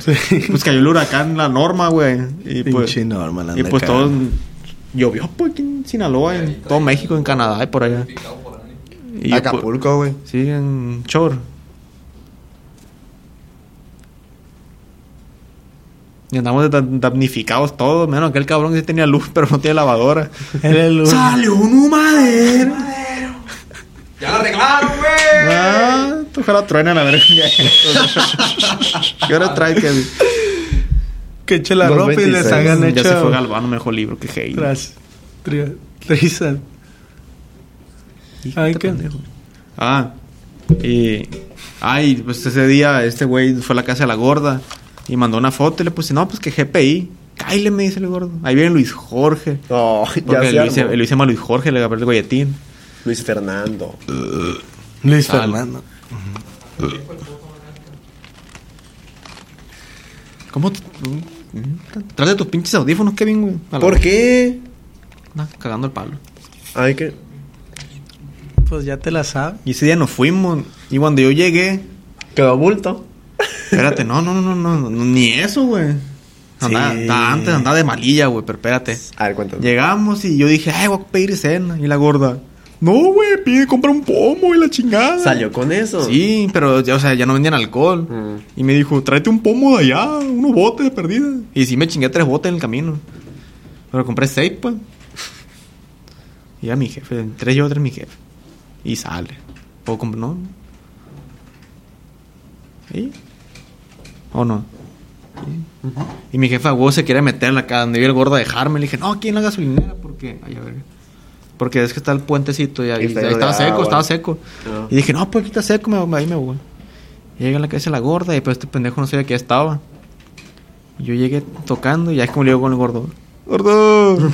S2: pues cayó el huracán, la norma, güey. Y pues,
S3: Pinche norma, la
S2: y
S3: anda
S2: pues todo
S3: cagando.
S2: llovió, pues, aquí en Sinaloa, en todo México, en Canadá y por allá. Y yo, pues,
S4: Acapulco, güey.
S2: sí, en Chor. Y andamos da- damnificados todos, menos aquel cabrón que sí tenía luz, pero no tiene lavadora.
S3: Era el
S2: ¡Sale un humadero!
S5: ¡Ya la arreglaron, güey!
S2: Ah, ojalá truena la verga. ¿Qué hora trae que
S3: que eche la
S4: Los
S3: ropa y les
S4: 26.
S3: hagan
S2: ya
S3: hecho.
S2: se fue Galván, mejor libro que Hey.
S3: tras, tri- trizas.
S2: Este
S3: Ay, qué.
S2: Ah, y. Ay, pues ese día este güey fue a la casa de la gorda y mandó una foto y le puse, no, pues que GPI. Cáile, me dice el gordo. Ahí viene Luis Jorge.
S4: No, ya
S2: Porque
S4: se
S2: Luis,
S4: armó.
S2: Luis se llama Luis Jorge, le agarré el golletín.
S4: Luis Fernando.
S3: Luis
S2: Sal.
S3: Fernando.
S2: ¿Cómo? te- Trate tus pinches audífonos, Kevin, güey. A la-
S4: ¿Por qué?
S2: Ah, Cagando el palo.
S4: Ay, que.
S3: Pues ya te la sabes.
S2: Y ese día nos fuimos. Y cuando yo llegué,
S4: Quedó bulto.
S2: Espérate, no, no, no, no, no, ni eso, güey. Andaba,
S3: Sí.
S2: ta- Antes andaba de malilla, güey, pero espérate.
S4: A ver, cuéntame.
S2: Llegamos y yo dije, ay, voy a pedir cena. Y la gorda, no, güey, pide, compra un pomo y la chingada.
S4: ¿Salió con eso?
S2: Sí, pero, ya, o sea, ya no vendían alcohol.
S4: Mm.
S2: Y me dijo, tráete un pomo de allá, unos botes de perdida. Y sí me chingué tres botes en el camino. Pero compré seis, pues. Y ya mi jefe, tres yo, tres mi jefe. Y sale. ¿Puedo comprar? No. ¿Sí? ¿O no? Sí. Y mi jefa, güey, se quiere meter acá donde vive el gordo a dejarme. Le dije, no, aquí en la gasolinera, porque... Ay, a ver. Porque es que está el puentecito y ahí,
S4: Y está
S2: ahí
S4: lleno de
S2: estaba seco,
S4: agua.
S2: estaba seco.
S4: Ah.
S2: Y dije, no, pues aquí está seco, me, ahí me voy. Llega a la casa de la gorda y pues este pendejo no sabía que ya estaba. Y yo llegué tocando y ya es como le digo con el gordo. ¡Gordo!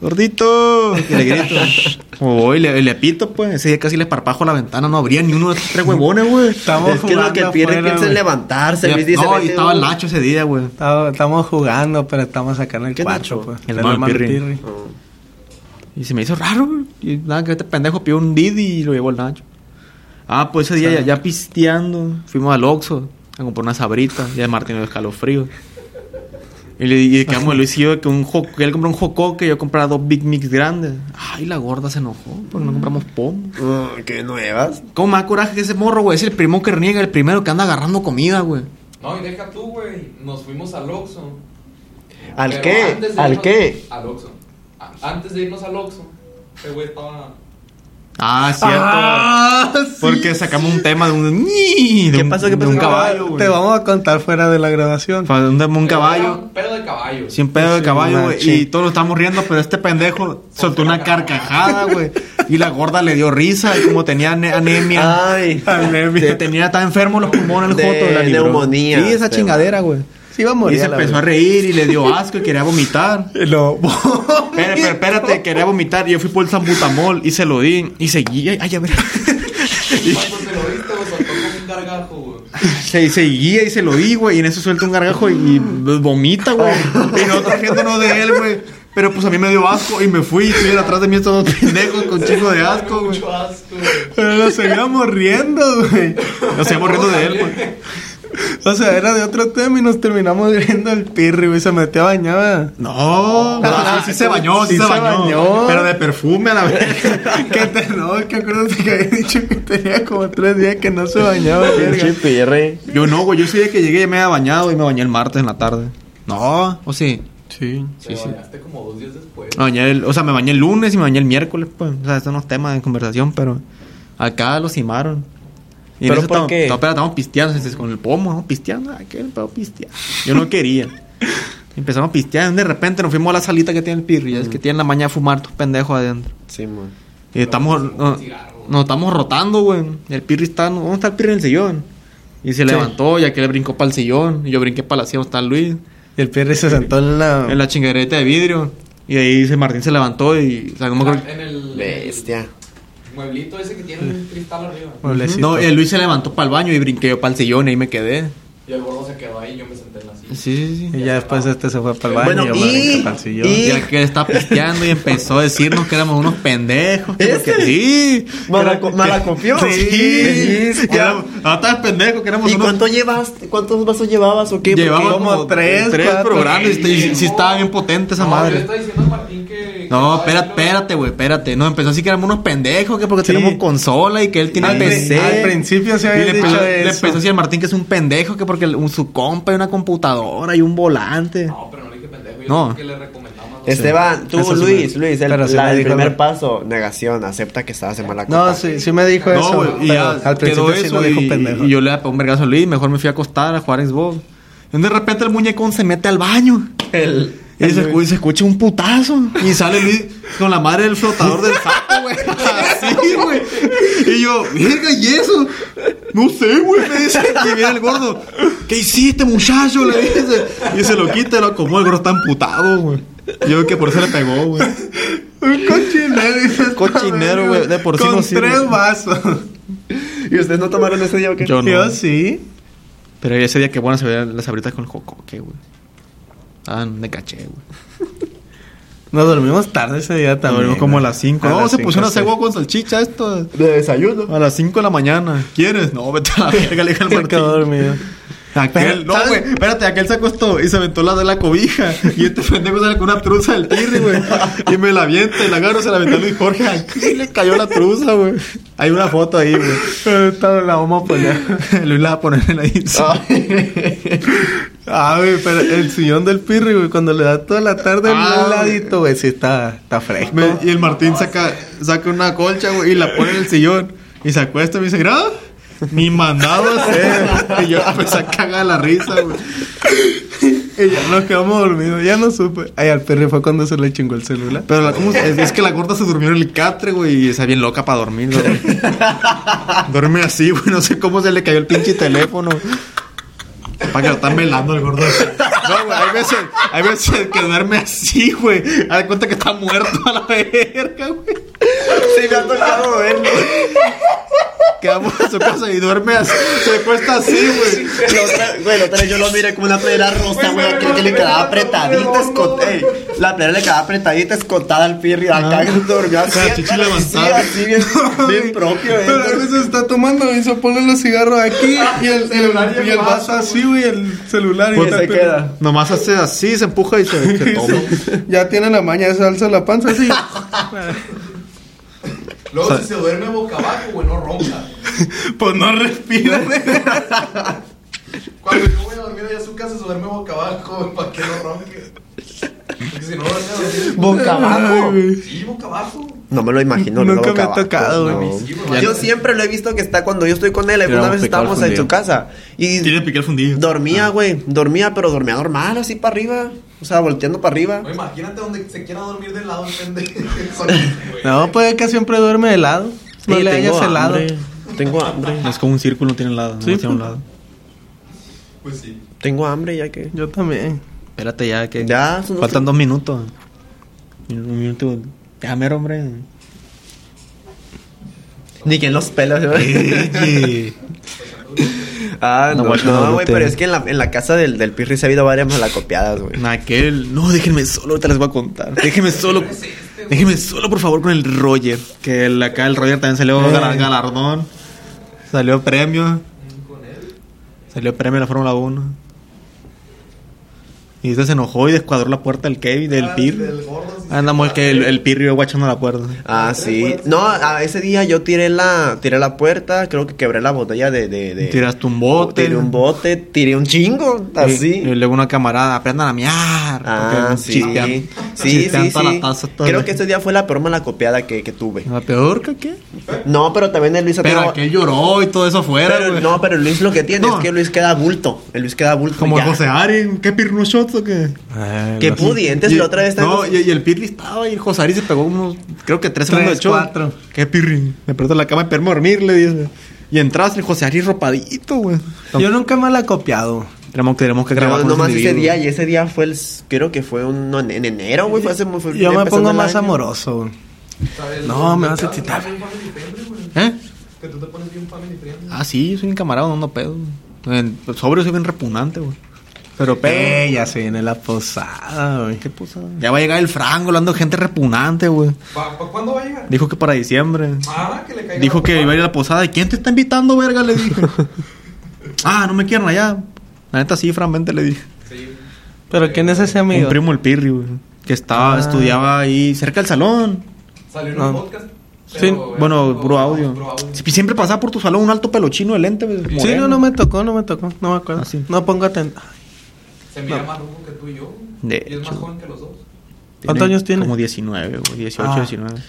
S2: ¡Gordito! Y le grito. Como voy, le, le pito, pues. Ese día casi le parpajo la ventana, no abría ni uno de estos tres huevones, güey.
S3: Estamos
S4: Es que lo que
S3: jugando
S4: pierde
S3: afuera,
S4: es en
S3: güey.
S4: levantarse. Luis
S2: Y-
S4: dice,
S2: No, y
S4: "Vete,
S2: estaba el
S4: güey".
S2: Nacho ese día, güey.
S3: Estaba- Estamos jugando, pero estamos acá en el
S4: ¿Qué
S3: cuatro,
S4: Nacho?
S3: pues.
S2: El
S3: El
S2: hermano
S3: hermano
S2: Pirri.
S3: Pirri.
S4: Oh.
S2: Y se me hizo raro, güey. Y nada, que este pendejo pidió un Didi y lo llevó el Nacho. Ah, pues ese día ya, ya pisteando, fuimos al Oxxo a comprar una sabrita. Ya Martín de escalofrío. Y le y quedamos Luis y yo de que un jo- que él compró un jocó que yo compraba dos Big Mix grandes. Ay, la gorda se enojó porque no compramos pomo.
S4: Oh, ¿Qué nuevas?
S2: ¿Cómo me da coraje que ese morro, güey? Es el primo que reniega, el primero que anda agarrando comida, güey.
S5: No, y deja tú, güey. Nos fuimos al Oxxo.
S4: ¿Al
S5: Pero
S4: qué?
S5: antes de
S4: ¿Al
S5: irnos-
S4: qué?
S5: Al Oxxo. A- Antes de irnos al Oxxo, ese güey estaba.
S2: Ah, cierto. porque sacamos un tema de un. de
S4: ¿Qué
S2: un-
S4: pasó? Ah, ¿Qué
S2: de un
S4: pasó?
S2: caballo, güey.
S3: Te vamos a contar fuera de la grabación.
S2: Fue de un, de un
S5: Pero
S2: caballo.
S5: era un Pedo de caballo. caballo.
S2: Sin pedo de
S3: Sí,
S2: caballo, güey.
S3: machín.
S2: Y todos nos estamos riendo, pero este pendejo soltó una carcajada, güey. Y la gorda le dio risa. Y como tenía ane-
S3: Ah,
S2: anemia.
S4: Ay.
S2: anemia. Tenía, estaba enfermo los pulmones, el
S4: De
S2: joto. la libró.
S4: neumonía,
S2: Sí, esa
S4: este,
S2: chingadera, güey.
S3: Sí, va a
S2: Y
S3: morir.
S2: se
S3: a la
S2: empezó a
S3: verga.
S2: reír y le dio asco y quería vomitar.
S3: No.
S2: Espera, pero espérate, quería vomitar. Y yo fui por el zambutamol y se lo di. Y seguía. Ay, a ver.
S5: Cuando se pues, lo diste, güey, soltó como un gargajo, güey.
S2: Se seguía y se lo di, güey. Y en eso suelta un gargajo y, y vomita, güey. Y nosotros riéndonos de él, güey. Pero pues a mí me dio asco y me fui. Y estuvieron atrás de mí estos dos pendejos con chingo de asco, güey.
S5: Mucho asco, güey.
S3: Pero nos seguíamos riendo, güey.
S2: Nos seguimos riendo de él, güey.
S3: O sea, era de otro tema y nos terminamos riendo el pirri, güey. Se metió a bañar.
S2: No, no, sí, sí se bañó, Ah, sí, se, bañó, Pero de perfume a la vez.
S3: Que te no, que acuérdate que había dicho que tenía como tres días que no se bañaba, verga.
S4: Pinche pirre.
S2: Yo no, güey. Yo sí de que llegué y me había bañado y me bañé el martes en la tarde. No, o sí.
S3: Sí.
S5: Te bañaste como dos días después.
S2: Me bañé el- o sea, me bañé el lunes y me bañé el miércoles, pues. O sea, estos no es tema de conversación, pero acá los cimaron. Y en
S4: ¿Pero
S2: eso
S4: por
S2: estamos-
S4: qué?
S2: estamos- espera, estamos pisteando este, con el pomo, estamos pisteando, aquel pedo pistear. Yo no quería. Empezamos a pistear, y de repente nos fuimos a la salita que tiene el pirri, ya es que tienen la maña de fumar tus pendejos adentro.
S4: Sí, man.
S2: Y estamos, no- nos estamos rotando, güey. El pirri está, no- ¿dónde está el pirri en el sillón? Y se levantó, ya que le brincó para el sillón, y yo brinqué para la silla donde está Luis
S3: Y el pirri se sentó en la.
S2: en la chingareta de vidrio. Y de ahí se Martín se levantó y. O sea, no me acuerdo-
S5: En el
S4: Bestia.
S5: el mueblito ese que tiene un cristal arriba.
S3: mueblecito.
S2: No, el Luis se levantó para el baño y brinqué yo para el sillón y ahí me quedé.
S5: Y el gordo se quedó ahí y yo me senté en la silla.
S2: Sí, sí, sí.
S3: Y ya después este se fue para el baño
S4: Bueno,
S3: yo me
S4: y-
S3: arranqué pa'l sillón.
S4: y-
S2: Ya que él estaba pisteando y empezó a decirnos que éramos unos pendejos. que
S4: ¿Este?
S2: porque- sí.
S4: Mala-
S2: Que era-
S4: mala
S2: que-
S4: confió.
S2: Sí.
S4: Sí.
S2: Que éramos- Ah, estabas pendejo, que éramos
S4: ¿Y
S2: unos
S4: cuánto llevaste? ¿Cuántos vasos llevabas o qué?
S2: Llevamos
S4: Porque-
S2: como tres,
S3: tres,
S2: cuatro,
S3: cuatro.
S2: programas. Y si, estaba bien potente esa
S5: No, yo le
S2: madre.
S5: estaba diciendo a Martín que.
S2: No,
S5: que
S2: espérate, espérate, güey, espérate. No, empezó así que éramos unos pendejos, que porque
S3: Sí.
S2: tenemos consola y que él tiene
S3: Al pri-
S2: PC.
S3: al principio se había
S2: Y le
S3: dicho
S2: empezó, le
S3: eso.
S2: empezó así al Martín que es un pendejo, que porque el- un- su compa y una computadora y un volante.
S5: No, pero no le dije pendejo. Yo
S2: No.
S5: dije que le recomendaba más.
S4: Esteban, tú,
S2: Eso sí
S4: Luis,
S2: me-
S4: Luis, el,
S3: Pero sí
S4: la-
S3: me
S4: el
S3: dijo,
S4: primer
S3: güey.
S4: paso, negación, acepta que estabas en mala
S3: No,
S4: copa.
S3: sí, sí me dijo
S2: No,
S3: eso.
S2: güey, y
S3: pero
S2: ya
S3: al
S2: quedó
S3: principio sí
S2: eso
S3: lo dijo
S2: y,
S3: pendejo.
S2: y yo le pegué un vergazo a Luis, mejor me fui a acostar a jugar a Xbox. Y de repente el muñecón se mete al baño.
S4: El-
S2: Y se, escu- y se escucha un putazo. Y sale Luis con la madre del flotador del saco, güey. Así, güey. Y yo, verga, ¿y eso? No sé, güey. Me dice. Y viene el gordo. ¿Qué hiciste, muchacho? Le dice. Y se lo quita y lo acomoda. El gordo está emputado, güey. Yo creo que por eso le pegó, güey.
S3: Un cochinero. dice esta
S2: Cochinero,
S3: verga,
S2: güey, de por sí
S3: Con
S2: no sirve.
S3: tres vasos.
S4: ¿Y ustedes no tomaron ese día o qué?
S2: Yo no.
S3: Yo sí.
S2: Pero ese día que bueno se veían las abritas con el joco, ¿qué, güey? Ah, me caché, güey.
S3: Nos dormimos tarde ese día también.
S2: Dormimos como a
S3: güey.
S2: las 5.
S3: A
S2: No,
S3: las
S2: se
S3: cinco,
S2: pusieron a hacer
S3: sí.
S2: huevo con salchicha esto.
S4: De desayuno.
S2: A las 5 de la mañana. ¿Quieres? No, vete a la verga, le dije al
S3: Se
S2: Martín.
S3: quedó dormido.
S2: Aquel,
S3: Pero,
S2: no,
S3: ¿sabes?
S2: güey, espérate, aquel se acostó y se aventó la de la cobija. Y este pendejo sale con una truza del tirri, güey. Y me la avienta y la agarro, se la aventó a Luis Jorge. Aquí le cayó la truza, güey. Hay una foto ahí, güey.
S3: Pero esta la vamos a poner.
S2: Luis la va a poner en la Insta.
S3: Ah, güey, pero el sillón del pirri, güey, cuando le da toda la tarde
S2: Ah,
S3: en un ladito, güey, sí está, está fresco.
S2: Me- y el Martín saca, saca una colcha, güey, y la pone en el sillón. Y se acuesta y me dice, ¿grá? Ni mandado a hacer. Y yo empecé a cagar la risa, güey.
S3: Y ya nos quedamos dormidos, ya no supe. Ay, al pirri fue cuando se le chingó el celular.
S2: Pero la- ¿cómo se- es, es que la gorda se durmió en el catre, güey, y está bien loca para dormir. güey. Duerme así, güey, no sé cómo se le cayó el pinche teléfono. Para que lo están velando el gordo. No, güey, hay veces, hay veces que duerme así, güey. Haz de cuenta que está muerto a la verga, güey.
S4: Sí, me ha tocado verlo.
S2: Quedamos en su casa y duerme así. Se cuesta así, güey.
S4: La otra- Güey, la otra vez yo lo miré como una playera rosa, güey, aquel que le quedaba apretadita, escotada. La playera le quedaba apretadita, escotada al pirri. Acá que dormía así.
S2: La chichi levantada.
S4: Sí, así, bien, bien propio, eh.
S3: Pero a veces está tomando y se pone los cigarros aquí y el,
S4: celular y el
S3: y el vaso
S4: vaso,
S3: así, güey, el celular.
S4: Pues
S3: está
S4: se
S3: el pirri.
S4: queda.
S2: Nomás hace así, se empuja y se, se toma.
S3: Ya tiene la maña, se alza la panza así.
S5: Luego, si se duerme boca abajo, güey, no ronca.
S3: pues no respira.
S5: Cuando yo voy a dormir allá a su casa, se duerme boca abajo, para que no ronque. Porque si no, duerme a dormir.
S4: Boca abajo.
S5: Sí, boca abajo.
S4: No me lo imagino.
S3: Nunca
S4: luego
S3: me ha
S4: abajo,
S3: tocado, güey.
S4: No. Yo siempre lo he visto que está cuando yo estoy con él. Alguna
S6: Tiraba
S4: vez
S6: picado al
S4: estábamos en
S6: fundillo.
S4: su casa. Y
S6: Tiene pique el fundillo.
S3: Ah.
S4: dormía, güey. Dormía, pero dormía normal, así para arriba. O sea, volteando para arriba.
S5: No, imagínate donde se quiera dormir del lado, pendejo.
S3: No, pues es que siempre duerme helado. No
S4: Sí,
S3: le
S4: tengo
S3: hayas helado.
S4: hambre. Tengo hambre.
S2: Es como un círculo, no tiene lado. No
S3: Sí,
S2: tiene un
S3: pues.
S2: lado.
S5: Pues sí.
S4: Tengo hambre ya que.
S3: Yo también.
S2: Espérate ya que.
S4: Ya, son-
S2: Faltan dos minutos. Un minuto. Ya mero, hombre.
S4: Ni que en los pelos, güey. Ah,
S2: No,
S4: no, no,
S2: guacha, no,
S4: güey,
S2: no te-
S4: pero es que en la, en la casa del, del Pirri se ha habido varias malacopiadas, güey.
S2: Naquel, no, déjenme solo, ahorita les voy a contar. Déjenme solo, déjenme solo, por favor, con el Roger. Que el- acá el Roger también salió gala- galardón, salió premio, salió premio de la Fórmula 1. Y este se enojó y descuadró la puerta del Kevin, del Pirri. Andamos que el, el Pirri iba guachando la puerta.
S4: Ah, sí. No, a ese día yo tiré la, tiré la puerta, creo que quebré la botella de... de, de-
S2: Tiraste un bote.
S4: Tiré un bote, tiré un chingo,
S2: Y-
S4: así.
S2: Y, luego una camarada, aprendan a miar.
S4: Ah,
S2: Porque
S4: sí.
S2: chistean-
S4: sí, sí,
S2: chistean
S4: sí.
S2: toda la taza, toda
S4: Creo
S2: la-
S4: que ese día fue la peor malacopiada que, que tuve.
S2: ¿La peor que qué?
S4: No, pero también el Luis... ha
S2: Pero
S4: tenido-
S2: aquel lloró y todo eso
S4: pero-
S2: fuera, güey.
S4: no, pero el Luis lo que tiene
S2: No.
S4: es que Luis queda bulto. El Luis queda bulto.
S2: Como
S4: ya.
S2: José Ari, ¿qué pirno shots o qué? Eh,
S4: Que pudientes la otra vez
S2: No,
S4: también-
S2: y, y el Pirri estaba y el José Ari se pegó unos, creo que tres
S3: Tres,
S2: segundos de show.
S3: cuatro.
S2: ¿Qué Pirri? Me prestó la cama para dormir, le dice. Y entras el José Ari ropadito, güey.
S3: Yo nunca me la he copiado.
S2: Tenemos, que- tenemos que grabar
S4: No,
S2: con
S4: nomás
S2: ese
S4: ese
S2: individuo.
S4: día, y ese día fue el. Creo que fue un, no, en, en enero, güey. Fue hace muy. fue
S3: Yo me
S4: empezando
S3: pongo
S4: el
S3: más
S4: año.
S3: amoroso. No, me vas a excitar.
S2: ¿Eh?
S5: Que tú te pones bien family friendly.
S2: Ah, sí, soy un camarada, no ando pedo. En, sobre soy bien repugnante, güey. Pero pedo.
S3: Eh, ya se viene la posada, güey.
S2: ¿Qué puso? Ya va a llegar el frango, hablando de gente repugnante, güey.
S5: ¿Pa- pa- ¿Cuándo va a llegar?
S2: Dijo que para diciembre.
S5: Ah, que le caiga
S2: Dijo
S5: la
S2: que
S5: papada.
S2: iba a ir a la posada. ¿Y quién te está invitando, verga? Le dije. ah, no me quieren allá. La neta sí, francamente le dije.
S3: Pero ¿quién es ese amigo?
S2: Un primo el Pirri, güey. Que estaba,
S3: Ah.
S2: estudiaba ahí cerca del salón.
S5: Salió en
S3: No.
S5: un podcast.
S3: Sí,
S5: pero-
S2: Ah. bueno, puro
S5: no,
S2: audio.
S5: puro audio.
S2: Sie- Siempre pasaba por tu salón un alto pelochino de lente, güey.
S3: Sí,
S2: moreno.
S3: no, no me tocó, no me tocó. No me acuerdo.
S2: Ah, sí.
S3: No pongo atención.
S5: Se mira más rudo que tú y yo.
S2: De
S5: y es más
S2: hecho.
S5: joven que los dos.
S3: ¿Cuántos años tiene?
S2: Como 19, güey. 18,
S3: Ah.
S2: 19.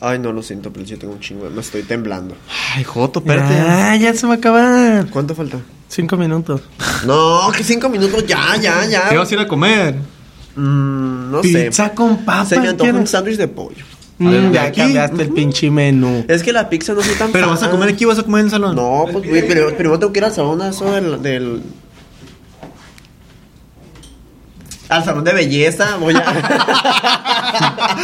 S4: Ay, no, lo siento, pero yo tengo un chingo. de- Me estoy temblando.
S2: Ay, Joto, espérate.
S3: Ah, ya se va a acabar.
S4: ¿Cuánto falta?
S3: Cinco minutos.
S4: No, que cinco minutos ya, ya,
S2: ¿Qué
S4: ya.
S2: vas a ir a comer?
S4: Mm, no sé.
S3: Pizza con papas.
S4: Se me antoja
S3: ¿quieres?
S4: un sándwich de pollo.
S3: Mm,
S2: ver, ¿de
S3: ya
S2: aquí?
S3: cambiaste el pinche menú.
S4: Es que la pizza no soy tan
S2: ¿Pero
S4: fan.
S2: vas a comer aquí o vas a comer en el salón?
S4: No, pues, güey, pero primero tengo que ir al salón a eso del. del- Al salón de belleza, voy a.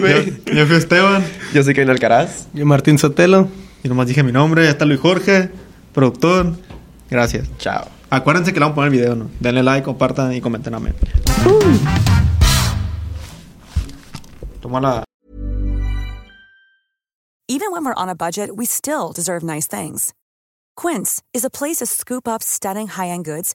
S4: Güey.
S2: Yo, yo fui Esteban.
S4: Yo soy Kevin Alcaraz.
S3: Yo, Martín Sotelo.
S2: Y nomás dije mi nombre. Ya está Luis Jorge, productor. Gracias.
S4: Chao.
S2: Acuérdense que le vamos a poner el video, ¿no? Denle like, compartan y comenten a mí. Toma la...
S7: Even when we're on a budget, we still deserve nice things. Quince is a place to scoop up stunning high end goods